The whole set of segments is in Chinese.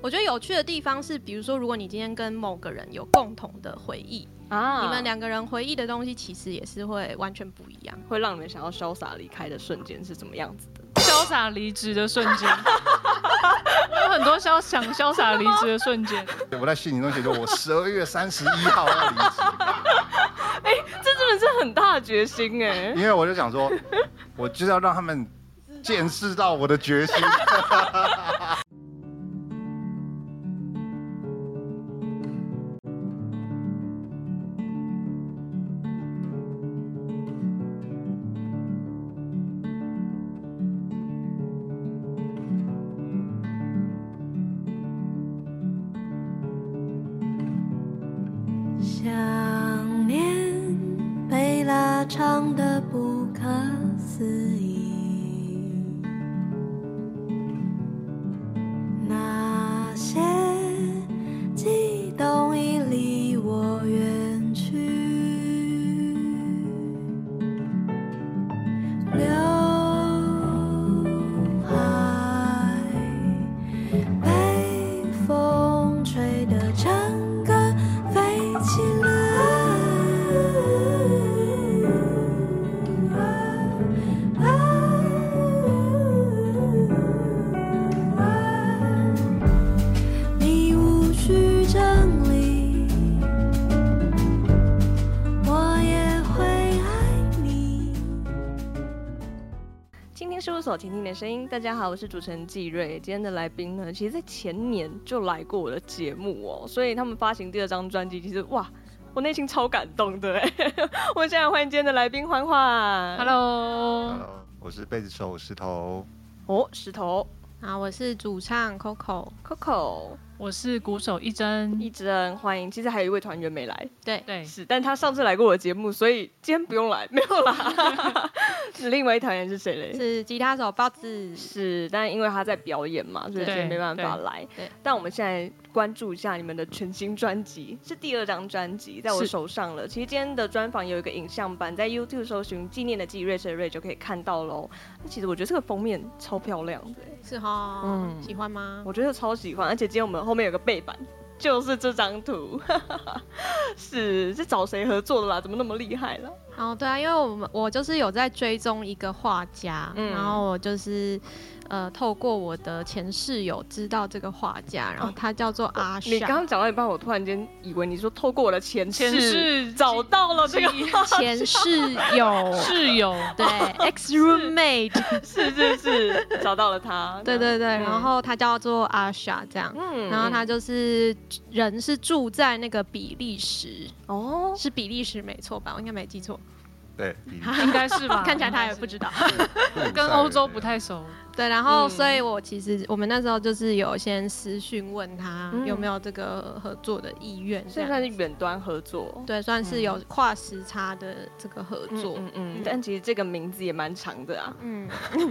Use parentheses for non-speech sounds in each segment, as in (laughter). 我觉得有趣的地方是，比如说，如果你今天跟某个人有共同的回忆，啊你们两个人回忆的东西其实也是会完全不一样。会让你们想要潇洒离开的瞬间是怎么样子的？潇洒离职的瞬间，有很多潇想潇洒离职的瞬 (laughs) 间。对我在信里中写说，我十二月三十一号要离职，这真的是很大的决心 (laughs) 哎、因为我就想说，我就要让他们见识到我的 (laughs) 决心。想念被拉长的不可思议，那些悸动已离我远去，刘海被风吹得整个飞起来。啊啊啊你无需整理，我也会爱你。倾听事务所，倾听你的声音。大家好，我是主持人季瑞。今天的来宾呢，其实在前年就来过我的节目哦，所以他们发行第二张专辑，其实哇，我内心超感动的哎。 (laughs) 我们现在欢迎今天的来宾欢欢 Hello， Hello，我是贝斯手石头，哦，石头啊，我是主唱 Coco， Coco 我是鼓手一真一。真，欢迎。其实还有一位团员没来，对，对，是，但他上次来过我的节目，所以今天不用来，没有啦。是另外一团员是谁嘞？是吉他手包子。是，但因为他在表演嘛，所以今天没办法来对对。但我们现在关注一下你们的全新专辑，是第二张专辑，在我是手上了。其实今天的专访有一个影像版，在 YouTube 搜寻“纪念的纪瑞是瑞”就可以看到喽。那其实我觉得这个封面超漂亮的欸、是哈，嗯喜欢吗？我觉得超喜欢，而且今天我们后面有个背板，就是这张图， (laughs) 是是找谁合作的啦？怎么那么厉害啦？哦，对啊，因为我们我就是有在追踪一个画家，嗯然后我就是呃透过我的前室友知道这个画家，然后他叫做阿你刚夏，刚讲到一半，我突然间以为你说透过我的前世前世找到了这个，前室友室友， (laughs) 对 ex roommate， (laughs) 是是是，找到了他。对对对，嗯然后他叫做阿夏这样。嗯然后他就是人是住在那个比利时，哦，是比利时没错吧？我应该没记错，对，比 (laughs) 利应该是 (laughs) 啊吧？看起来他也不知道。时跟欧洲不太熟。 (laughs) 对，然后嗯所以我其实我们那时候就是有先私讯问他嗯有没有这个合作的意愿，这所以样算是远端合作。对，算是有跨时差的这个合嗯作。嗯嗯，但其实这个名字也蛮长的啊，嗯， (laughs) 没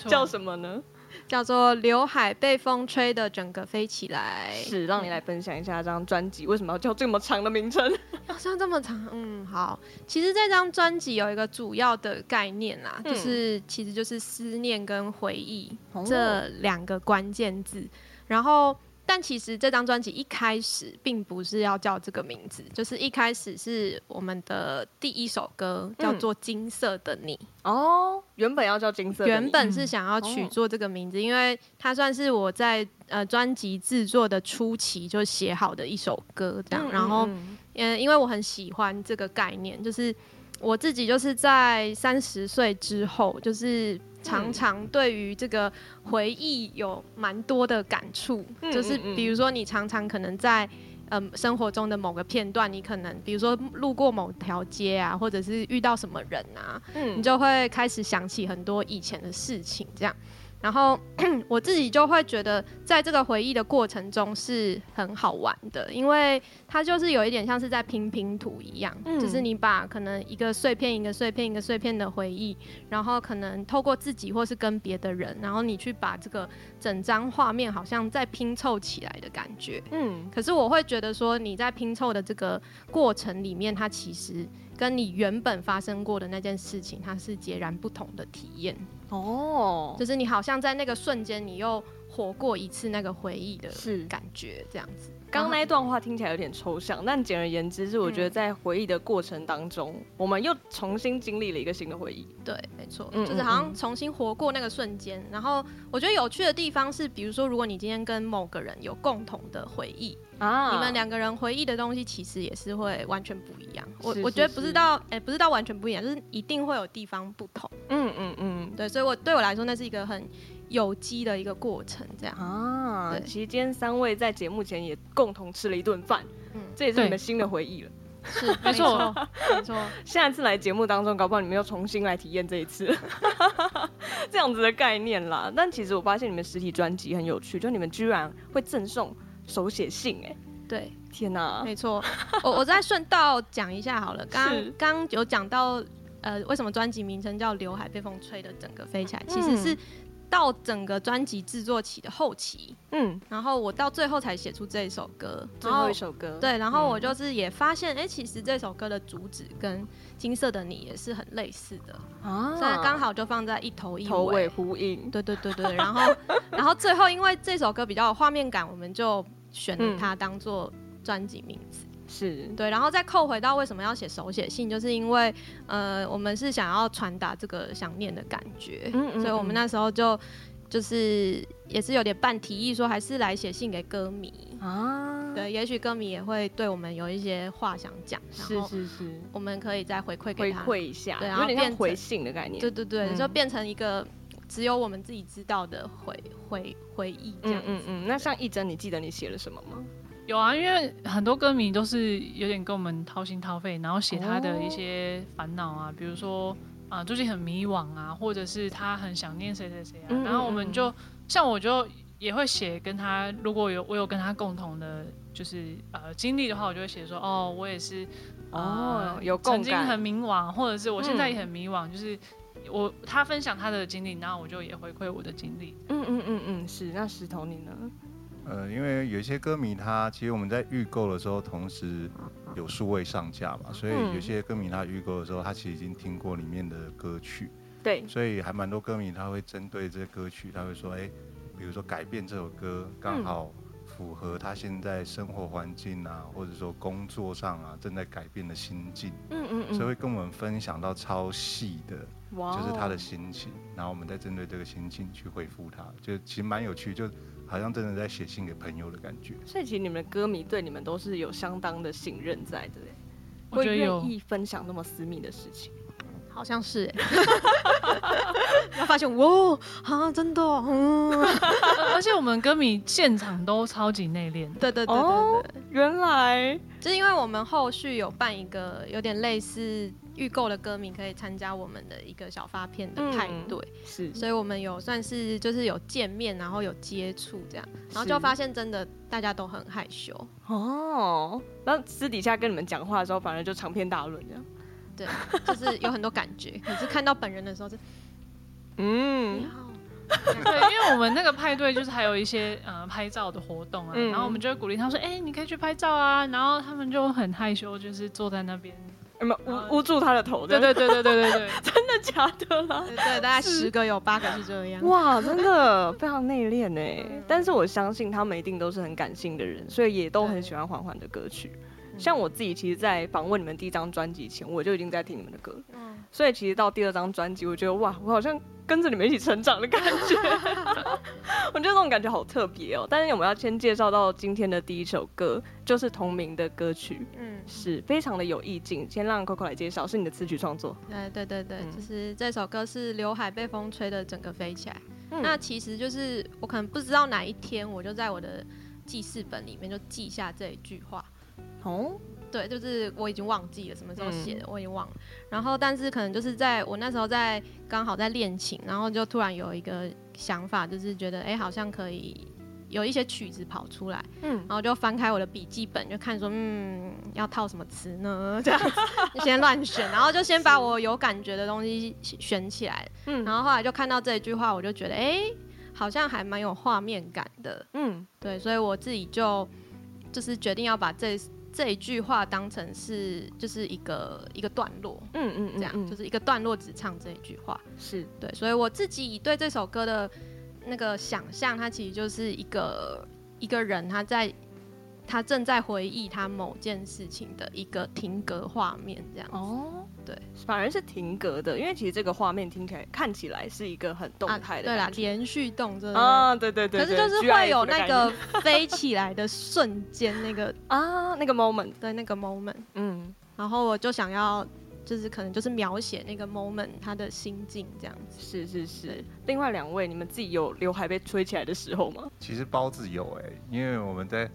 错叫什么呢？叫做刘海被风吹的整个飞起来，是让你来分享一下这张专辑为什么要叫这么长的 (laughs) 名称？好像这么长，嗯，好。其实这张专辑有一个主要的概念啦，嗯就是其实就是思念跟回忆、哦这两个关键字。然后，但其实这张专辑一开始并不是要叫这个名字，就是一开始是我们的第一首歌叫嗯做《金色的你》，哦，原本要叫金色的你，原本是想要取哦做这个名字，因为它算是我在呃专辑制作的初期就写好的一首歌这样，嗯然后。嗯嗯，因为我很喜欢这个概念，就是我自己就是在三十岁之后，嗯就是常常对于这个回忆有蛮多的感触，嗯就是嗯嗯比如说你常常可能在。嗯，生活中的某个片段，你可能比如说路过某条街啊，或者是遇到什么人啊，嗯你就会开始想起很多以前的事情，这样。然后 (clears throat) 我自己就会觉得，在这个回忆的过程中是很好玩的，因为它就是有一点像是在拼拼图一样，嗯就是你把可能一个碎片、一个碎片、一个碎片的回忆，然后可能透过自己或是跟别的人，然后你去把这个整张画面好像再拼凑起来的感觉。嗯可是我会觉得说，你在拼凑的这个过程里面，它其实跟你原本发生过的那件事情，它是截然不同的体验。哦，就是你好像在那个瞬间，你又活过一次那个回忆的是感觉，这样子。刚刚那一段话听起来有点抽象，但简而言之是，我嗯觉得在回忆的过程当中，我们又重新经历了一个新的回忆。对，没错，嗯就是好嗯嗯像重新活过那个瞬间。然后我觉得有趣的地方是，比如说，如果你今天跟某个人有共同的回忆，啊你们两个人回忆的东西其实也是会完全不一样。我是我是觉得不是是到，哎、不是到完全不一样，就是一定会有地方不同。嗯嗯嗯对，所以我对我来说，那是一个很有机的一个过程，这样。啊，对期间三位在节目前也共同吃了一顿饭，嗯这也是你们对新的回忆了。是，没错，没错。下一次来节目当中，搞不好你们又重新来体验这一次， (laughs) 这样子的概念啦。但其实我发现你们实体专辑很有趣，就你们居然会赠送手写信、哎，对，天哪、没错。我我再顺道讲一下好了，是刚刚有讲到，呃，为什么专辑名称叫《刘海被风吹的整个飞起来》，其嗯实是到整个专辑制作起的后期，嗯，然后我到最后才写出这一首歌，最然后后一。首歌，对，然后我嗯就是也发现，哎、其实这首歌的主旨跟《金色的你》也是很类似的，啊所以刚好就放在一头一头尾尾呼应，对对对对，然后然后最后因为这首歌比较有画面感，我们就选嗯了它当做专辑名字。是对，然后再扣回到为什么要写手写信，就是因为呃，我们是想要传达这个想念的感觉，嗯嗯所以我们那时候就就是也是有点半提议说，还是来写信给歌迷。啊，对，也许歌迷也会对我们有一些话想讲，然是后是是，我们可以再回馈给回他。馈一下，对然有后点像变成回信的概念，对对对，嗯就变成一个只有我们自己知道的回回回忆这嗯样子。嗯嗯。那像一真，你记得你写了什么吗？有啊，因为很多歌迷都是有点跟我们掏心掏肺，然后写他的一些烦恼哦啊，比如说啊、最近很迷惘啊，或者是他很想念谁谁谁啊，嗯然后我们就像我就也会写跟他，如果有我有跟他共同的，就是呃经历的话，我就会写说哦，我也是哦呃有共曾经感很迷惘，或者是我现在嗯也很迷惘，就是我他分享他的经历，然后我就也回馈我的经历， (laughs) 嗯嗯嗯嗯，是。那石头你呢？呃，因为有一些歌迷他其实我们在预购的时候，同时有数位上架嘛，所以嗯有些歌迷他预购的时候，他其实已经听过里面的歌曲，对，所以还蛮多歌迷他会针对这些歌曲，他会说，哎、比如说改变这首歌刚好嗯符合他现在生活环境啊，或者说工作上啊正在改变的心境，嗯嗯所以会跟我们分享到超细的，哇就是他的哦心情，然后我们再针对这个心情去回复他，就其实蛮有趣，就好像真的在写信给朋友的感觉。所以其实你们的歌迷对你们都是有相当的信任在的耶，我觉得会有愿意分享那么私密的事情。好像是、 (laughs) 欸，然后发现哇啊，真的哦，嗯，而且我们歌迷现场都超级内敛的，对对对对对，哦原来就是因为我们后续有办一个有点类似预购的歌迷可以参加我们的一个小发片的派对，是所以我们有算是就是有见面，然后有接触这样，然后是就发现真的大家都很害羞，哦，那私底下跟你们讲话的时候，反而就长篇大论这样。对，就是有很多感觉，可是看到本人的时候是嗯， (laughs) 对，因为我们那个派对就是还有一些呃拍照的活动啊，嗯然后我们就会鼓励他说：“哎、你可以去拍照啊。”然后他们就很害羞，就是坐在那边。有没有捂捂住他的头？对对，对对对对对，真的假的啦？对对，大概十个有八个是这样， (laughs) 哇，真的非常内敛哎！但是我相信他们一定都是很感性的人，所以也都很喜欢缓缓的歌曲。像我自己，其实，在访问你们第一张专辑前，我就已经在听你们的歌了，嗯。所以其实到第二张专辑，我觉得哇，我好像跟着你们一起成长的 (laughs) 感觉，我觉得那种感觉好特别哦。但是我们要先介绍到今天的第一首歌，就是同名的歌曲，嗯是非常的有意境。先让 Coco 来介绍，是你的词曲创作，哎，对对对，嗯就是这首歌是刘海被风吹的整个飞起来。嗯那其实就是我可能不知道哪一天，我就在我的记事本里面就记下这一句话。哦，对，就是我已经忘记了什么时候嗯写的，我已经忘了。然后，但是可能就是在我那时候在刚好在练琴，然后就突然有一个想法，就是觉得哎，好像可以有一些曲子跑出来，嗯然，后就翻开我的笔记本，就看说，嗯，要套什么词呢？ (laughs) 这样子就先乱选，然后就先把我有感觉的东西选起来，嗯然后后来就看到这一句话，我就觉得，哎、好像还蛮有画面感的，嗯，对，所以我自己就就是决定要把这这一句话当成是就是一个一个段落，嗯嗯，这样、嗯就是一个段落只唱这一句话，是对，所以我自己对这首歌的那个想象，它其实就是一个一个人他在他正在回忆他某件事情的一个停格画面，这样子。哦，对，反而是停格的，因为其实这个画面听起来看起来是一个很动态的啊对啦感，觉连续动真的。啊，对对对，可是对就是 GIF 会有的那概个念 (laughs) 飞起来的瞬间，那个啊，那个 moment，对那个 moment，嗯，然后我就想要就是可能就是描写那个 moment 他的心境这样子。 (laughs) 是是是。另外两位，你们自己有刘海被吹起来的时候吗？其实包子有哎、因为我们在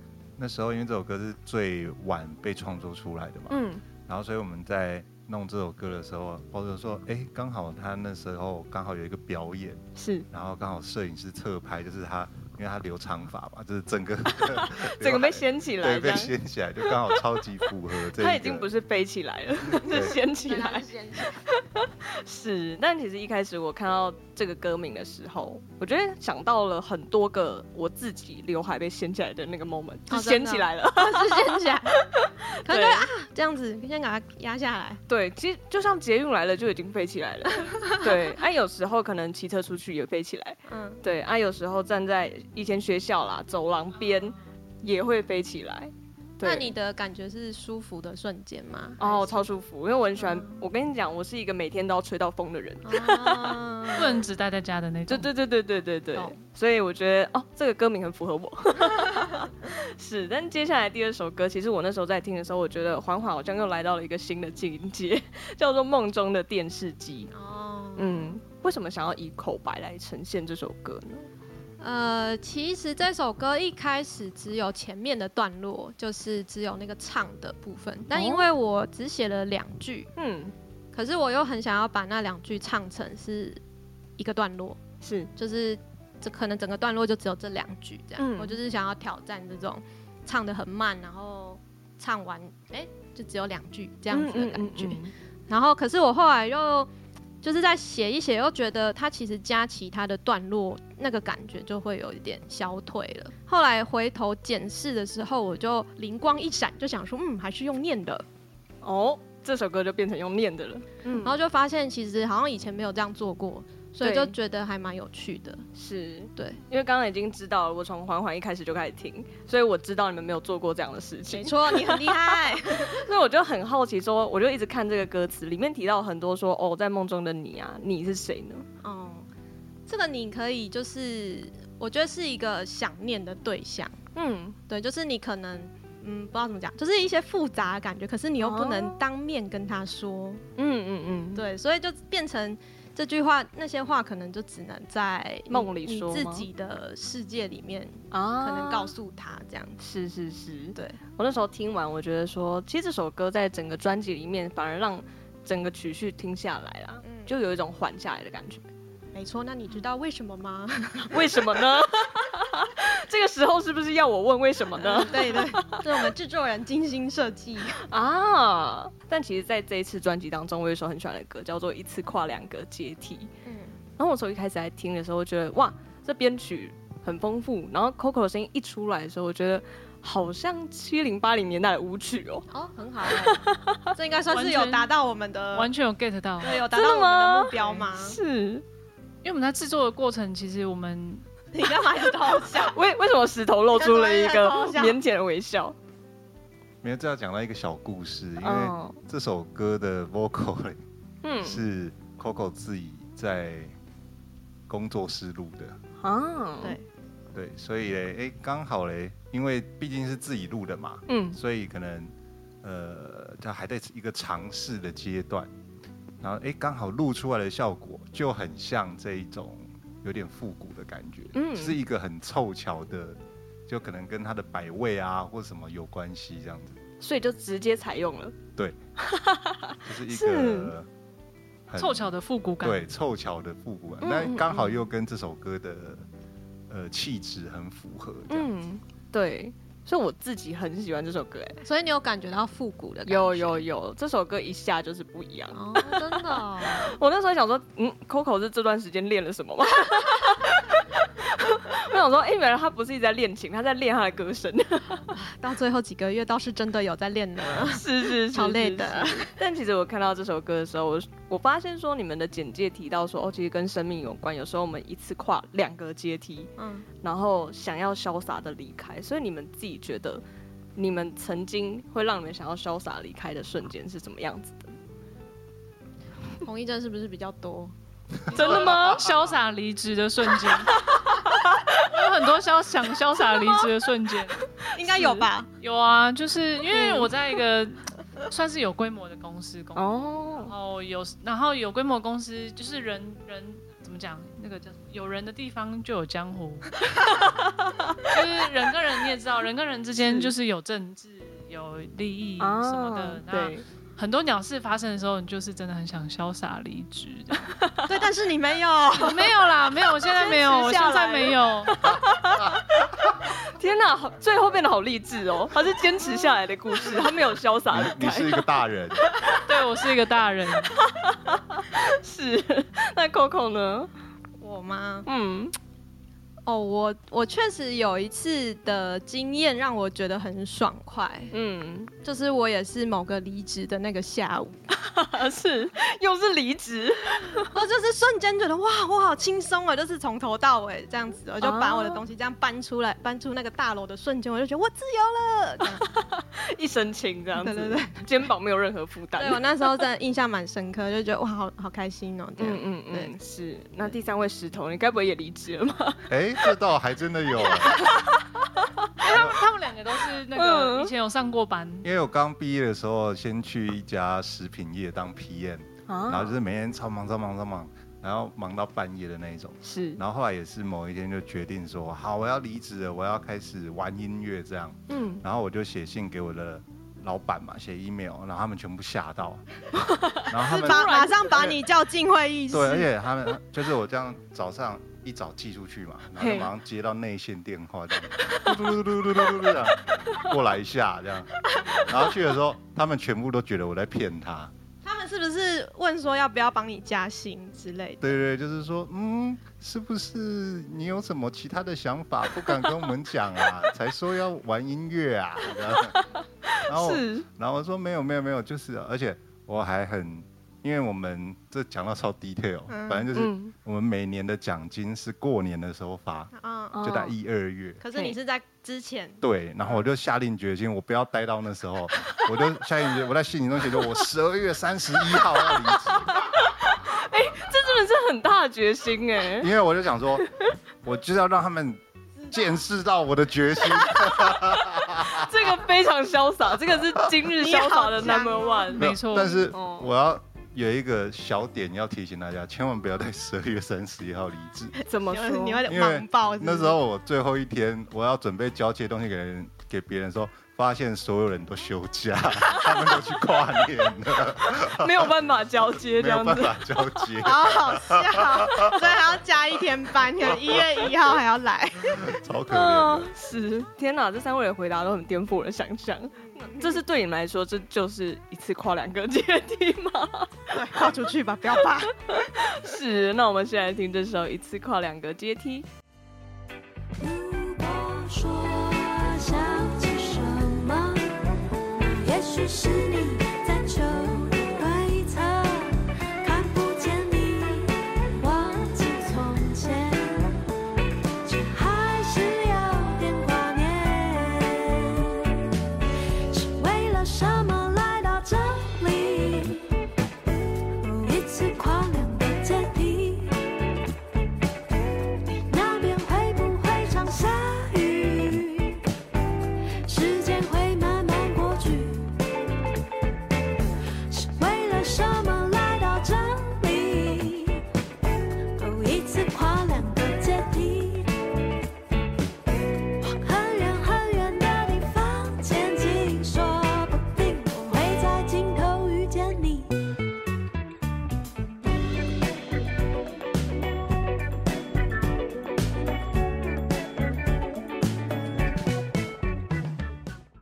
那时候，因为这首歌是最晚被创作出来的嘛，嗯，然后所以我们在弄这首歌的时候，包子说，哎、刚好他那时候刚好有一个表演，是然后刚好摄影师侧拍，就是他，因为他留长发嘛，就是整个 (laughs) 整个被掀掀起来对，这被样，掀起来，就刚好超级符合这一个。它已经不是飞起来了，对是掀起对它来是。先 (laughs) 是，但其实一开始我看到这个歌名的时候，我觉得想到了很多个我自己刘海被掀起来的那个 moment，哦是掀真的起来了。 (laughs) 是先起来，可能对就啊这样子，先给它压下来。对，其实就像捷运来了就已经飞起来了。 (laughs) 对，啊，有时候可能骑车出去也飞起来。嗯，对，啊，有时候站在以前学校啦走廊边也会飞起来。对那你的感觉是舒服的瞬间吗？哦，超舒服，因为我很喜欢嗯。我跟你讲，我是一个每天都要吹到风的人。还是。啊 (laughs) 不能只待在家的那对种。对对对对对对懂，所以我觉得哦，这个歌名很符合我。 (laughs) 是，但接下来第二首歌，其实我那时候在听的时候，我觉得缓缓好像又来到了一个新的境界，叫做《梦中的电视机》。哦，嗯，为什么想要以口白来呈现这首歌呢？呃，其实这首歌一开始只有前面的段落，就是只有那个唱的部分，但因为我只写了两句，嗯，可是我又很想要把那两句唱成是一个段落，是就是这可能整个段落就只有这两句这样。嗯我就是想要挑战这种唱的很慢，然后唱完哎、就只有两句这这样子的感觉。嗯嗯然后可是我后来又就是在写一写，又觉得它其实加其他的段落，那个感觉就会有一点消退了。后来回头检视的时候，我就灵光一闪，就想说，嗯，还是用念的。哦，这首歌就变成用念的了。嗯然后就发现其实好像以前没有这样做过，所以对就觉得还蛮有趣的。是对，因为刚刚已经知道了，我从缓缓一开始就开始听，所以我知道你们没有做过这样的事情没。错，你很厉害。所以我就很好奇说我就一直看这个歌词，里面提到很多说哦，在梦中的你啊，你是谁呢？哦，这个你可以就是，我觉得是一个想念的对象。嗯，对，就是你可能嗯不知道怎么讲，就是一些复杂的感觉，可是你又不哦能当面跟他说，嗯嗯嗯，对，所以就变成这句话那些话可能就只能在你梦里说你吗自己的世界里面啊可能告诉。诉他这样子。是是是，对我那时候听完，我觉得说，其实这首歌在整个专辑里面，反而让整个曲序听下来啦，嗯就有一种缓下来的感觉。没错，那你知道为什么吗？为什么 (laughs) 呢？这个时候是不是要我问为什么呢？ (laughs) 对对，这是我们制作人精心设计。啊！但其实，在这一次专辑当中，我有一首很喜欢的歌，叫做《一次跨两个阶梯》。嗯，然后我从一开始在听的时候，我觉得哇，这编曲很丰富。然后 Coco 的声音一出来的时候，我觉得好像七零八零年代的舞曲哦。哦，很好欸，这应该算是有达到我们的，完全有 get 到，对，有达 (laughs) 真的到我们吗的目标吗？ (laughs) 是，因为我们在制作的过程，其实我们你干嘛要偷笑？ (laughs) 为为什么石头露出了一个刚刚那个头像腼腆的微笑？没有这要讲到一个小故事，因为哦，这首歌的 vocal 嗯是 Coco 自己在工作室录的，啊，对，对，所以嘞，哎，刚好嘞，因为毕竟是自己录的嘛，嗯所以可能呃，它还在一个尝试的阶段，然后哎，诶刚好录出来的效果就很像这一种有点复古的感觉，嗯是一个很凑巧的，就可能跟它的摆位啊或什么有关系这样子，所以就直接采用了。就是一是个很凑巧的复古感。对凑巧的复古感，嗯嗯但刚好嗯又跟这首歌的呃气质很符合，这样、嗯，对。所以我自己很喜欢这首歌，哎，所以你有感觉到复古的感觉？有有有，这首歌一下就是不一样。哦，真的哦、我那时候想说，嗯，Coco 是这段时间练了什么吗？ (laughs) 我想说，哎、原来他不是一直在练琴，他在练他的歌声。 (laughs) 到最后几个月倒是真的有在练呢。 (laughs) 是是是，超累是的。是但其实我看到这首歌的时候，我我发现说你们的简介提到说，哦，其实跟生命有关。有时候我们一次跨两个阶梯，嗯，然后想要潇洒的离开。所以你们自己觉得，你们曾经会让你们想要潇洒离开的瞬间是怎么样子 (laughs) 的？红衣症是不是比较多？真的吗？潇洒离职的瞬间，我有很多潇想潇洒离职的瞬间。应该有吧？有啊，就是因为我在一个算是有规模的公司工作，然哦，后有然后有规模的公司，就是人人怎么讲，那个叫什么有人的地方就有 (laughs) 江湖，就是人跟人你也知道，人跟人之间是啊就是有政治。有利益什么的，那对，很多鸟事发生的时候，你就是真的很想潇洒离职 (laughs) 这样。对，但是你没有。我没有啦，没有，我现在没有，(laughs) 我坚持下来现在没有。天哪，好最后变得好励志哦！他是坚持下来的故 (laughs) 事，他没有潇洒离你你开是。一个 (laughs) 大人，对我是一个大人，是， (laughs) 那 Coco 呢？ (laughs) 我吗？嗯，哦，我我确实有一次的经验让我觉得很爽快，嗯，就是我也是某个离职的那个下午， (laughs) 是，又是离职，我就是瞬间觉得哇，我好轻松啊，就是从头到尾这样子，我就把哦我的东西这样搬出来，搬出那个大楼的瞬间，我就觉得我自由了。这 (laughs) 样一身轻这样子，对对肩膀没有任何负担。对我啊那时候真的印象蛮深刻，就觉得哇，好好开心哦、这样嗯嗯对嗯，是。那第三位石头，你该不会也离职 (laughs) 了吧？哎、这倒还真的有、他们他们两个都是那个嗯以前有上过班，因为我刚毕业的时候，先去一家食品业当 PM，然后啊，就是每天超忙超忙超忙，然后忙到半夜的那一种。是，然后后来也是某一天就决定说，好，我要离职了，我要开始玩音乐这样。嗯，然后我就写信给我的老板嘛，写 email，然后他们全部吓到，然后他是们把马上把你叫进会 (laughs) 议室对，，而且他们 (laughs) 就是我这样早上一早寄出去嘛，然后就马上接到内线电话，这样嘟嘟嘟嘟嘟嘟嘟这样过来一下这样，然后去的时候他们全部都觉得我在骗他，他们是不是问说要不要帮你加薪之类的？对对，对就是说嗯，是不是你有什么其他的想法不敢跟我们讲啊， (laughs) 才说要玩音乐啊，这样然后我是，然后我说没有没有没有，就是而且我还很，因为我们这讲到超 detail，、嗯反正就是嗯，我们每年的奖金是过年的时候发，嗯，哦就在一二月。可是你是在之前，对，然后我就下定决心，我不要待到那时候，我就下定决，我在信里中写说，我十二月三十一号要离职，这真的是很大的决心 (laughs) 哎。因为我就想说，我就要让他们见识到我的决心。这个非常潇洒，这个是今日潇洒的你好强 number 哦 one。没有没错但是哦我要有一个小点要提醒大家，千万不要在十二月三十一号离职。怎么说？你会因为忙爆是不是那时候我最后一天，我要准备交接东西给人给别人的时候，发现所有人都休假， (laughs) 他们都去跨年了，没有办法交接没这有样办子。法交 (laughs) 接，好好笑，所以还要加一天班，可能一月一号还要来。超可怜嗯的。， (laughs) 是。天哪，这三位的回答都很颠覆我的想 (laughs) 象。这是对你们来说，这就是一次跨两个阶梯 (laughs) 吗？对，跨出去吧，不要 (laughs) 怕。是。那我们先来听这首《一次跨两个阶梯》。如果说想起什么，也许是你在求对策，看不见你忘记从前，却还是有点挂念。是为了什么来到这里？一次跨两个阶梯。那边会不会常下雨？时间会慢慢过去，哦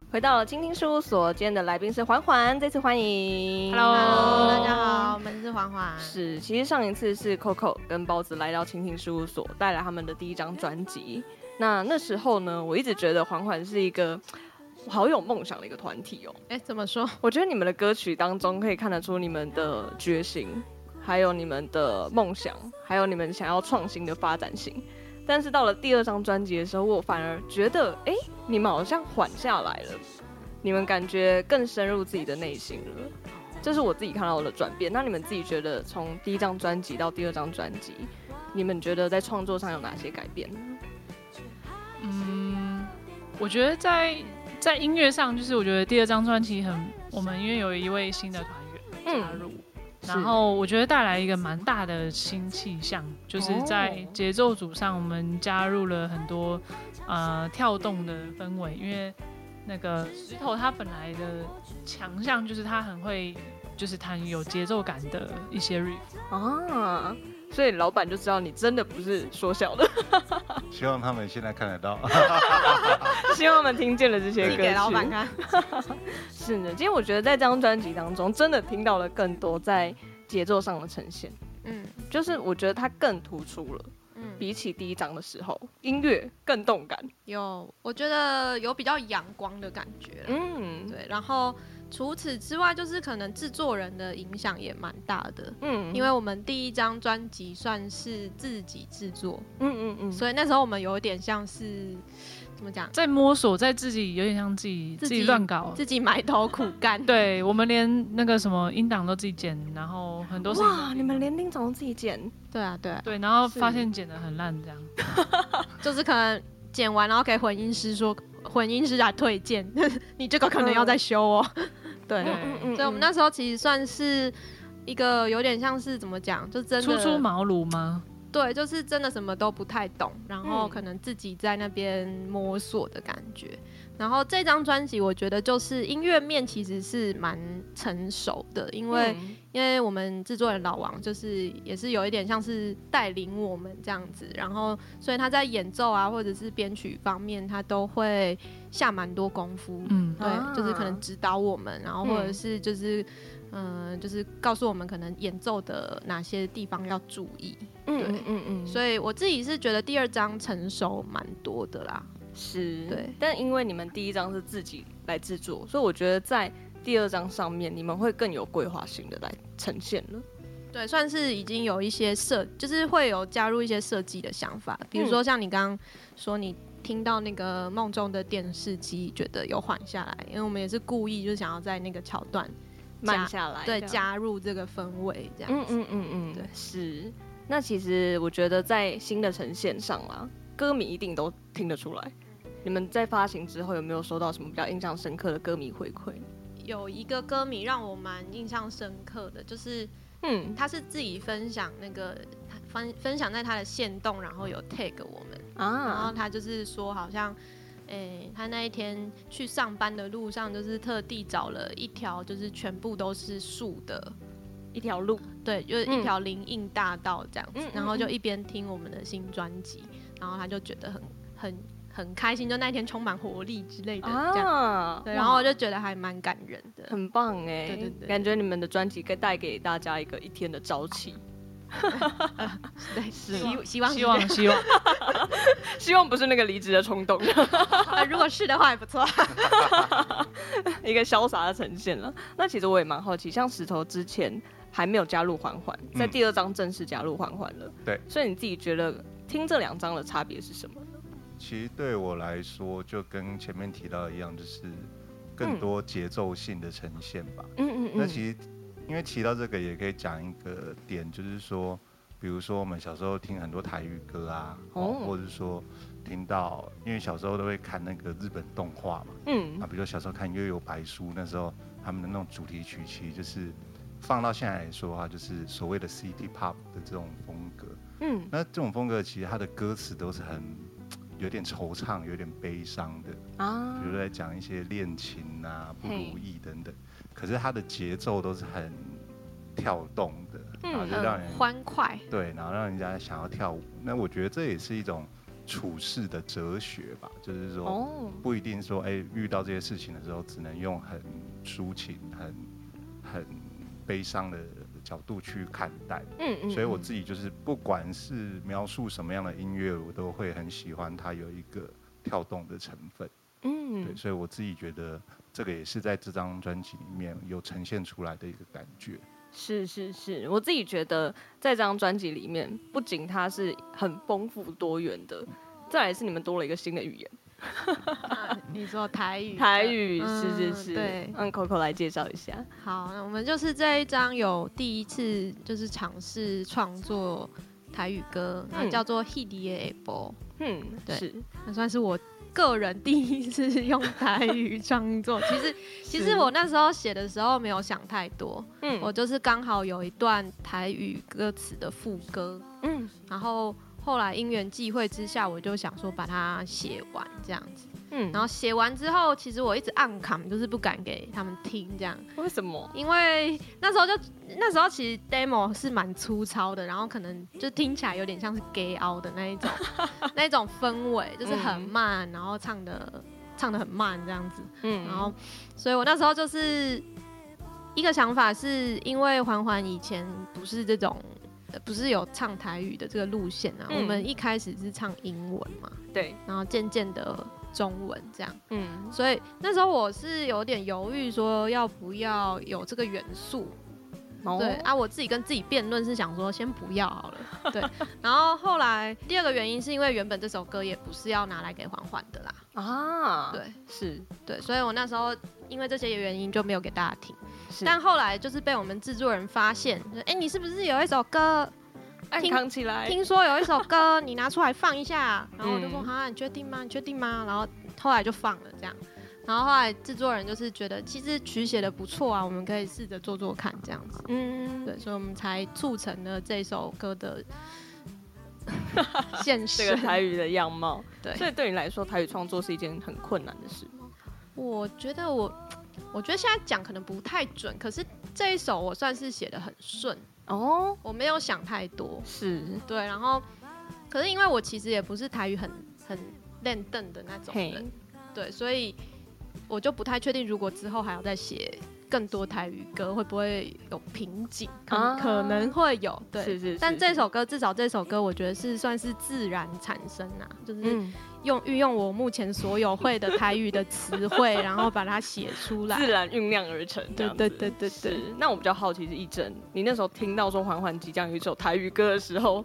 回到了倾听事务所，今天的来宾是环环，再次欢迎。 Hello 大家好，我哦们是环环。是，其实上一次是 Coco 跟包子来到倾听事务所，带来他们的第一张专辑。那那时候呢，我一直觉得环环是一个嗯好有梦想的一个团体哦。哎、怎么说？我觉得你们的歌曲当中可以看得出你们的决心，还有你们的梦想，还有你们想要创新的发展性。但是到了第二张专辑的时候，我反而觉得，哎、你们好像缓下来了，你们感觉更深入自己的内心了。这是我自己看到的转变。那你们自己觉得，从第一张专辑到第二张专辑，你们觉得在创作上有哪些改变？嗯，我觉得在在音乐上，就是我觉得第二张专辑很，我们因为有一位新的团员加嗯入，是然后我觉得带来一个蛮大的新气象，就是在哦节奏组上，我们加入了很多呃跳动的氛围，因为那个石头他本来的强项就是他很会。就是弹有节奏感的一些 riff，啊，所以老板就知道你真的不是说笑的，希望他们现在看得到。 (laughs) 希望他们听见了这些歌递曲。给老板 (laughs) 看。是呢，其实我觉得在这张专辑当中，真的听到了更多在节奏上的呈现，嗯就是我觉得它更突出了，嗯，比起第一张的时候，音乐更动感。有，我觉得有比较阳光的感觉啦。嗯，，对，然后除此之外，就是可能制作人的影响也蛮大的。嗯因为我们第一张专辑算是自己制作，嗯嗯嗯，所以那时候我们有点像是怎么讲，在摸索，在自己有点像自己自自己己乱搞，自己埋头苦干。哦对我们连那个什么音档都自己剪，然后很多事情哇，你们连丁总都自己剪，对啊，对啊，对，然后发现剪的很烂，这样就是可能剪完，然后给混音师说，混音师来推荐， (laughs) 你这个可能要嗯再修哦。对，对嗯所以我们那时候其实算是一个有点像是怎么讲，就真的初出茅庐吗？对，就是真的什么都不太懂，然后嗯可能自己在那边摸索的感觉。然后这张专辑，我觉得就是音乐面其实是蛮成熟的，因为、嗯因为我们制作人老王就是也是有一点像是带领我们这样子，然后所以他在演奏啊或者是编曲方面，他都会下蛮多功夫。嗯，对，啊就是可能指导我们，然后或者嗯是就是，嗯、就是告诉我们可能演奏的哪些地方要注意。嗯对嗯嗯嗯，所以我自己是觉得第二章成熟蛮多的啦。是，对。但因为你们第一张是自己来制作，所以我觉得在第二张上面，你们会更有规划性的来呈现了。对，算是已经有一些设，就是会有加入一些设计的想法，比如说像你刚刚说你。听到那个梦中的电视机，觉得有缓下来，因为我们也是故意就想要在那个桥段慢下来，对这样加入这个氛围，这样嗯子。嗯嗯嗯，对是。那其实我觉得在新的呈现上啦，歌迷一定都听得出来。你们在发行之后有没有收到什么比较印象深刻的歌迷回馈？有一个歌迷让我蛮印象深刻的，就是嗯，他是自己分享那个他分分享在他的线动，然后有 tag 我们，然后啊，他就是说，好像，诶、他那一天去上班的路上，就是特地找了一条就是全部都是树的，一条路，对，就是一条林荫大道这样子，嗯嗯然后就一边听我们的新专辑，然后他就觉得很很很开心，就那一天充满活力之类的这样。啊，对，然后我就觉得还蛮感人的，很棒哎、对对对感觉你们的专辑可以带给大家一个一天的朝气， (laughs) 对，希希望是希望希望希望不是那个离职的冲动。这样 (laughs) 如果是的话也不错。一个潇洒的呈现了。那其实我也蛮好奇，像石头之前还没有加入环环，在第二张正式加入环环了。嗯对所以你自己觉得听这两张的差别是什么？其实对我来说，就跟前面提到的一样，就是更多节奏性的呈现吧。嗯嗯那其实，因为提到这个，也可以讲一个点，就是说，比如说我们小时候听很多台语歌啊，哦哦，或者是说听到，因为小时候都会看那个日本动画嘛，嗯啊，比如小时候看《月游白书》，那时候他们的那种主题曲，其实就是放到现在来说啊，就是所谓的 City Pop 的这种风格。嗯那这种风格其实它的歌词都是很有点惆怅、有点悲伤的，啊比如说在讲一些恋情啊、不嘿如意等等。可是它的节奏都是很跳动的，嗯然后就让人、欢快，对，然后让人家想要跳舞。那我觉得这也是一种处事的哲学吧，就是说，哦，不一定说，哎、遇到这些事情的时候，只能用很抒情、很很悲伤的角度去看待。嗯嗯，所以我嗯自己就是，不管是描述什么样的音乐，我都会很喜欢它有一个跳动的成分。对，嗯，所以我自己觉得这个也是在这张专辑里面有呈现出来的一个感觉。是是是，我自己觉得在这张专辑里面，不仅它是很丰富多元的，再来是你们多了一个新的语言，啊你说台语，台语，是嗯是是，对让 Coco 来介绍一下，好，那我们就是这一张有第一次就是尝试创作台语歌，嗯那叫做《h i d i e b o 嗯，对是，那算是我个人第一次 (laughs) 用台语创作。其实其实我那时候写的时候没有想太多，嗯，我就是刚好有一段台语歌词的副歌，嗯然后后来因缘际会之下，我就想说把它写完这样子。嗯，然后写完之后，其实我一直暗扛，就是不敢给他们听这样。为什么？因为那时候就那时候其实 demo 是蛮粗糙的，然后可能就听起来有点像是 gay out 的那一 (laughs) 种那一种氛围，就是很慢，然后唱的唱的很慢这样子，嗯，然后所以我那时候就是一个想法，是因为环环以前不是这种。呃不是有唱台语的这个路线啊，嗯我们一开始是唱英文嘛，对，然后渐渐的中文这样，嗯所以那时候我是有点犹豫，说要不要有这个元素。哦对啊，我自己跟自己辩论是想说先不要好了。对，然后后来第二个原因是因为原本这首歌也不是要拿来给环环的啦。啊，，对是对，所以我那时候因为这些原因就没有给大家听。是，但后来就是被我们制作人发现，哎、诶你是不是有一首歌？暗听扛起来，听说有一首歌，你拿出来放一 (laughs) 下。然后我就说：“啊嗯哈、你确定吗？你确定吗？”然后后来就放了这样。然后后来制作人就是觉得，其实曲写的不错啊，我们可以试着做做看这样子。嗯，对，所以我们才促成了这首歌 (laughs) 的现实。这个台语的样貌，对，所以 (laughs) 对你来说，台语创作是一件很困难的事吗？我觉得我，我觉得现在讲可能不太准，可是这一首我算是写的很顺，哦，我没有想太多。是，对，然后可是因为我其实也不是台语很很练邓的那种嘿人，，对，所以我就不太确定，如果之后还要再写更多台语歌，会不会有瓶颈？可能、啊可能会有，对。是是，但是这首歌至少这首歌，我觉得是算是自然产生啊，就是嗯，用运用我目前所有会的台语的词汇，然后把它写出来。自然酝酿而成这对样对子，对对对，是。那我比较好奇是一真，你那时候听到说环环即将有一首台语歌的时候，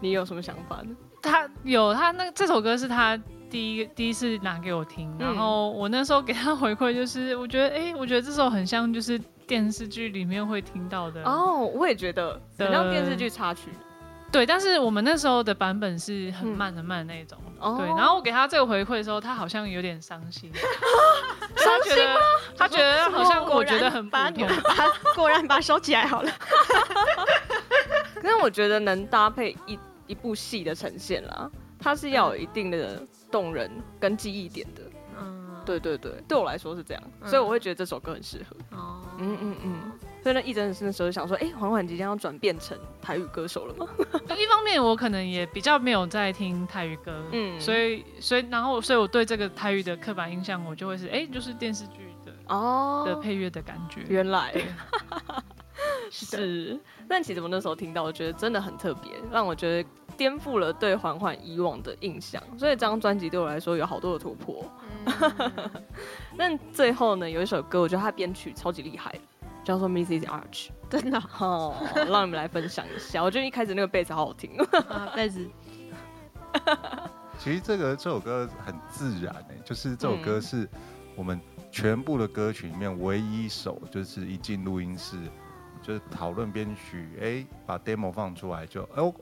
你有什么想法呢？他有他那这首歌是他第一第一次拿给我听，嗯然后我那时候给他回馈就是，我觉得哎、诶我觉得这首很像就是电视剧里面会听到的，哦，我也觉得，呃的很像电视剧插曲，对，但是我们那时候的版本是很慢很慢的那种。哦，对，然后我给他这个回馈的时候，他好像有点伤 (laughs) 心，他伤觉心得他觉得好像我觉得很普把你通们， (laughs) 把果然把它收起来好了。可是我觉得能搭配一一部戏的呈现啦，它是要有一定的动人跟记忆点的。嗯，对对对，对我来说是这样，嗯所以我会觉得这首歌很适合。哦，嗯嗯嗯。所以呢，一真的是那时候就想说，哎、缓缓即将要转变成台语歌手了吗？就一方面我可能也比较没有在听泰语歌，嗯所以所以然后所以我对这个泰语的刻板印象，我就会是哎、诶就是电视剧的哦的配乐的感觉。原来 (laughs) 对是，但其实我那时候听到，我觉得真的很特别，让我觉得颠覆了对缓缓以往的印象。所以这张专辑对我来说有好多的突破。 (laughs) 嗯但最后呢，有一首歌，我觉得它编曲超级厉害的，叫做《Mrs. (laughs) Arch》。 (laughs) 真的哦，让你们来分享一下。我觉得一开始那个贝斯好好听哦。啊，被子其实这个这首歌很自然诶、就是这首歌嗯是我们全部的歌曲里面唯一一首，就是一进录音室就是讨论编曲，哎、把 demo 放出来就哦，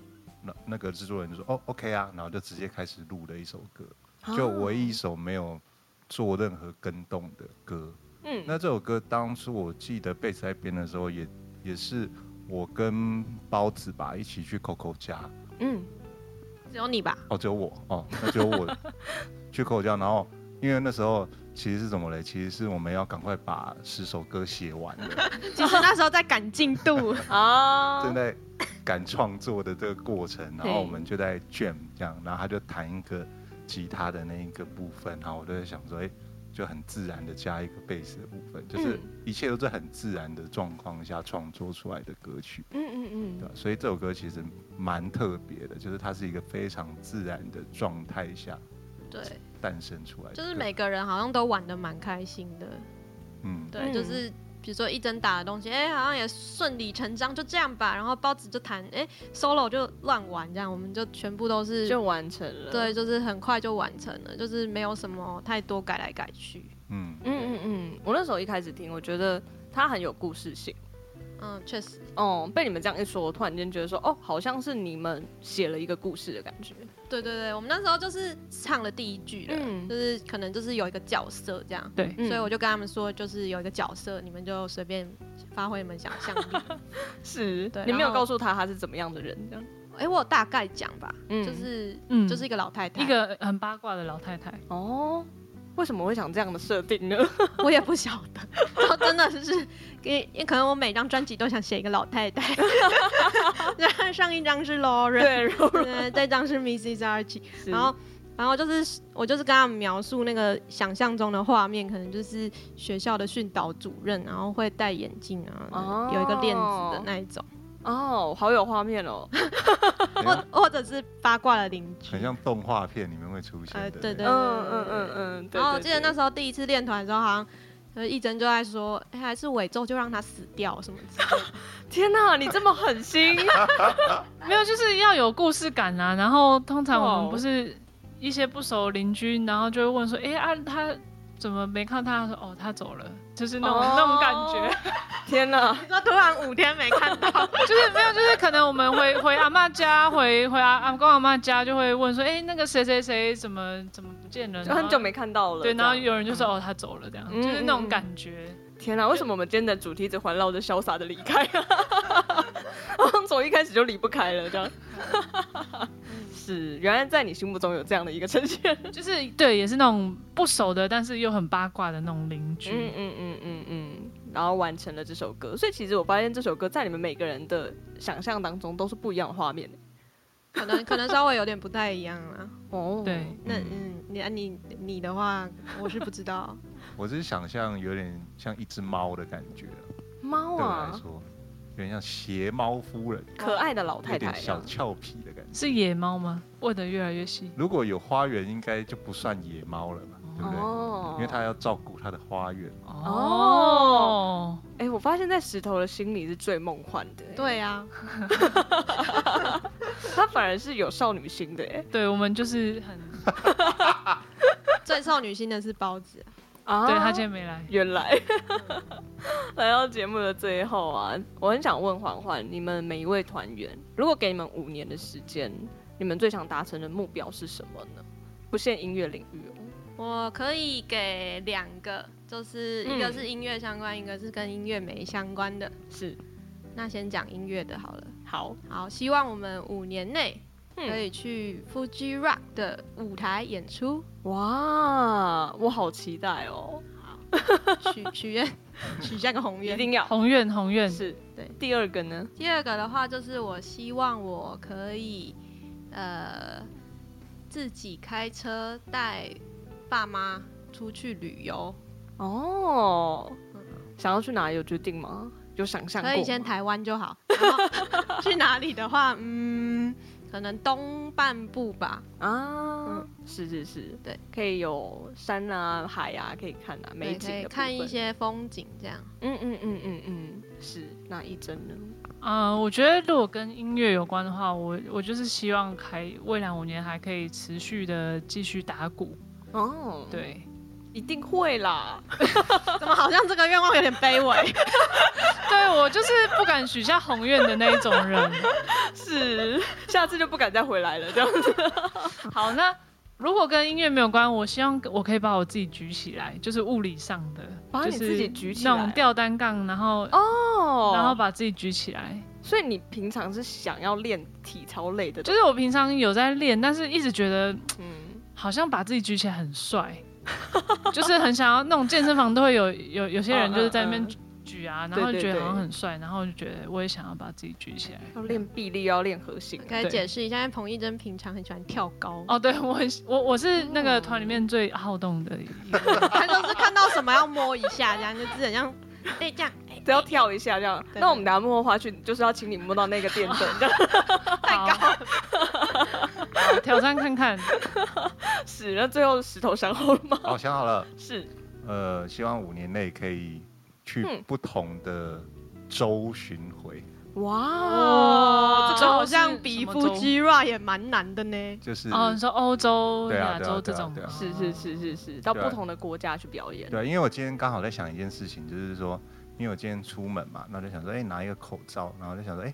那那个制作人就说哦 OK 啊，然后就直接开始录的一首歌，啊就唯一一首没有做任何跟动的歌。嗯那这首歌当初我记得贝斯在编的时候也也是我跟包子吧一起去 Coco 家，嗯只有你吧？哦，只有我哦，那只有我去口交，然后因为那时候其实是怎么嘞？其实是我们要赶快把 (laughs) 十首歌写完了，其实那时候在赶进度，啊正在感创作的这个过程，然哦后对我们就在 jam 这样，然后他就弹一个吉他的那一个部分，然后我就在想说，哎、就很自然的加一个贝斯的部分，就是嗯一切都是很自然的状况下创作出来的歌曲，嗯嗯对吧？所以这首歌其实蛮特别的，就是它是一个非常自然的状态下嗯，对，诞生出来的歌，就是每个人好像都玩的蛮开心的，嗯对，就是比如说一针打的东西，哎、好像也顺理成章，就这样吧。然后包子就弹，哎、s o l o 就乱玩，这样我们就全部都是，就完成了。对，，就是很快就完成了，就是没有什么太多改来改去。嗯嗯嗯嗯，我那时候一开始听，我觉得它很有故事性。嗯，确实，哦、被你们这样一说，我突然间觉得说，哦，好像是你们写了一个故事的感觉。对对对，我们那时候就是唱了第一句了，嗯就是可能就是有一个角色这样。对，所以我就跟他们说，就是有一个角色，你们就随便发挥你们想象 (laughs) 力。是，对你没然有后告诉他他是怎么样的人，这样。哎、我有大概讲吧，嗯就是、嗯就是一个老太太，一个很八卦的老太太，哦，为什么会想这样的设定呢？ (laughs) (laughs) 我也不晓得，然后哦真的是，因因可能我每张专辑都想写一个老太 (laughs) 太，然后上一张是 Lauren， (laughs) 对，然 (laughs) 后对，这张是 Mrs. Archie，然后。然后就是我就是跟他们描述那个想象中的画面，可能就是学校的训导主任，然后会戴眼镜啊，哦有一个链子的那一种，哦，好有画面哦。很或像或者是八卦的邻居很。像动画片里面会出现的、呃，对对对对嗯嗯嗯嗯。对然后我记得那候时候第一次练团的时候，好像呃一真就在说，哎、还是尾奏就让他死掉什么之类的。天哪，你这么狠心， (laughs) 没有就是要有故事感啊。然后通常我哇哦们不是一些不熟邻居，然后就会问说，哎、啊他怎么没看到他？他说哦他走了，就是那种、哦 (laughs) 那种感觉。天哪，说突然五天没看到，就是没有，就是可能我们回回阿妈家，回回阿阿公阿妈家，就会问说，哎、那个谁谁谁怎么怎么不见了？就很久没看到了。对，然后这样有人就说哦，他走了，这样、嗯就是那种感觉。天哪，为什么我们今天的主题只环绕着潇洒的离 (laughs) 开？从一开始就离不开了，这样。嗯是，原来在你心目中有这样的一个呈现。就是对，也是那种不熟的，但是又很八卦的那种邻居。嗯嗯嗯嗯嗯，然后完成了这首歌。所以其实我发现这首歌在你们每个人的想象当中都是不一样的画面。可能可能稍微有点不太一样啊啦。哦对，那嗯嗯，你啊你你的话，我是不知 (laughs) 道。我只是想象有点像一只猫的感觉，猫对我来啊，说有点像邪猫夫人，可爱的老有太点太小啊。俏皮的感觉。是野猫吗？问的越来越细。如果有花园，应该就不算野猫了嘛，对不对？哦因为它要照顾它的花园。 (laughs) 哦，哎、我发现在石头的心里是最梦幻的，对啊，他反而是有少女心的哎。对，我们就是很，最少女心的是包子啊、啊对他今天没来。原来 (laughs) 来到节目的最后啊，我很想问环环，你们每一位团员，如果给你们五年的时间，你们最想达成的目标是什么呢？不限音乐领域哦。 (laughs) 我可以给两个，就是一个是音乐相关，一个是跟音乐没相关的。是，那先讲音乐的好了。好，好，希望我们五年内可嗯，以去 Fuji Rock 的舞台演 (laughs) 出，哇，我好期待哦，许许愿，许下个宏一愿。定要。宏愿，宏愿，是，对第二个呢？第二个的话，就是我希望我可以呃自己开车带爸妈出去旅游，哦，想要去哪里有决定吗？有想象过可吗？以先台湾就好。然 (laughs) 后去哪里的话，嗯，可能东半部吧，啊嗯，是是是，对，可以有山啊、海啊，可以看啊，对，美可景以的部看一分些风景这样。嗯嗯嗯嗯嗯，是那一针呢？嗯、我觉得如果跟音乐有关的话，我我就是希望还未来五年还可以持续的继续打鼓，哦，，对，一定会啦。怎么好像这个愿望有点卑微？对我就是不敢许下宏愿的那一种 (laughs) 人。是， (laughs) 下次就不敢再回来了，这样子。好，那如果跟音乐没有关，我希望我可以把我自己举起来，就是物理上的，把就你是自己举起来啊那种吊单杠，然后、哦然后把自己举起来。所以你平常是想要练体操类的，就是我平常有在练，但是一直觉得嗯，好像把自己举起来 (laughs) 很帅，就是很想要那种健身房都会有有有些人就是在那嗯边嗯举举啊，然后就对对觉得对好像很帅，然后就觉得我也想要把自己举起来。要练臂力，要练核心。 (laughs) 可以对解释一下，因为彭一真平常很喜欢跳高，哦，对我很喜我我是那个团里面最好动的一个，他都是看到什么要摸一下，这样就是很像，对，这样只要跳一下这样。对那我们等下幕后花絮就是要请你摸到那个电 (laughs) 灯，这样 (laughs) 太高，好挑战看看。是，那最后石头山后了吗？好，哦想好了，是，呃，希望五年内可以去嗯不同的州巡回，哇，这个这种好像比夫 G Ra 也蛮难的呢。就是哦，你说欧洲、对啊亚对洲啊这对啊种哦嗯对啊，是是是是是，到对不同的国家去表演。对，因为我今天刚好在想一件事情，就是说，因为我今天出门嘛，那我就想说，哎、拿一个口罩，然后就想说，哎、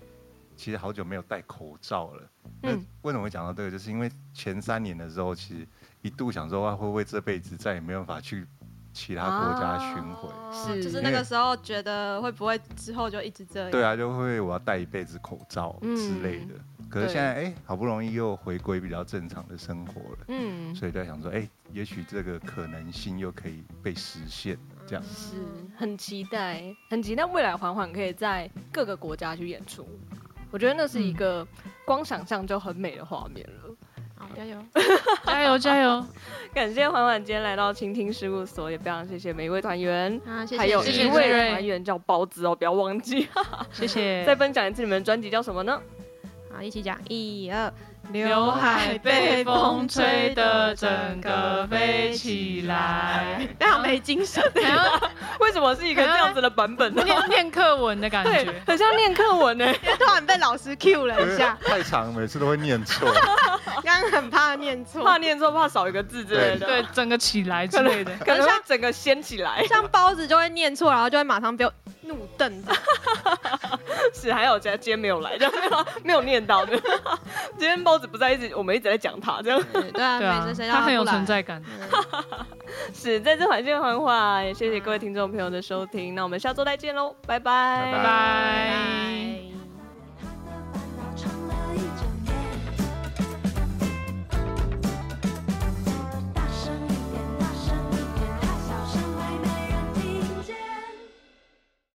其实好久没有戴口罩了。那嗯为什么会讲到这个？就是因为前三年的时候，其实一度想说，哇，啊会不会这辈子再也没有办法去其他国家巡回？哦是哦就是那个时候觉得会不会之后就一直这样？对啊，就会我要戴一辈子口罩之类的。可嗯是对现在，哎、好不容易又回归比较正常的生活了，嗯，所以在想说，哎、也许这个可能性又可以被实现，这样。是嗯很期待，很期待未来缓缓可以在各个国家去演出。我觉得那是一个光想象就很美的画面了。好，加 (laughs) 油！加油加油！感谢缓缓今天来到倾听事务所，也非常谢谢每一位团员。啊，谢谢，还有谢谢谢一谢位瑞瑞团员叫包子哦，不要忘记。谢 (laughs) 谢。再分享一次你们的专辑叫什么呢？好，一起讲，一二，刘海被风吹得整个飞起来，非常没精 (laughs) 神。好像为什么是一个这样子的版本呢？ (laughs) 念念课文的 (laughs) 感对，觉。很像啊 (laughs) 念课文呢。欸突然被老师 Q 了一下， (laughs) 太长，每次都会念错。刚刚很怕念怕错。念错，怕少一个字之类的。对，，整个起来之类的。可能会整个掀起来。像包子就会念错，然后就会马上被我怒瞪着。是，还有今天没有来，这样没有没有 (laughs) 念到的。今天包子不在，一直我们一直在讲他，这样对啊，每对啊次谁，让他很有不来存在感。是在这环境环话，也谢谢各位听众朋友的收听，那我们下周再见喽，拜拜拜拜。哎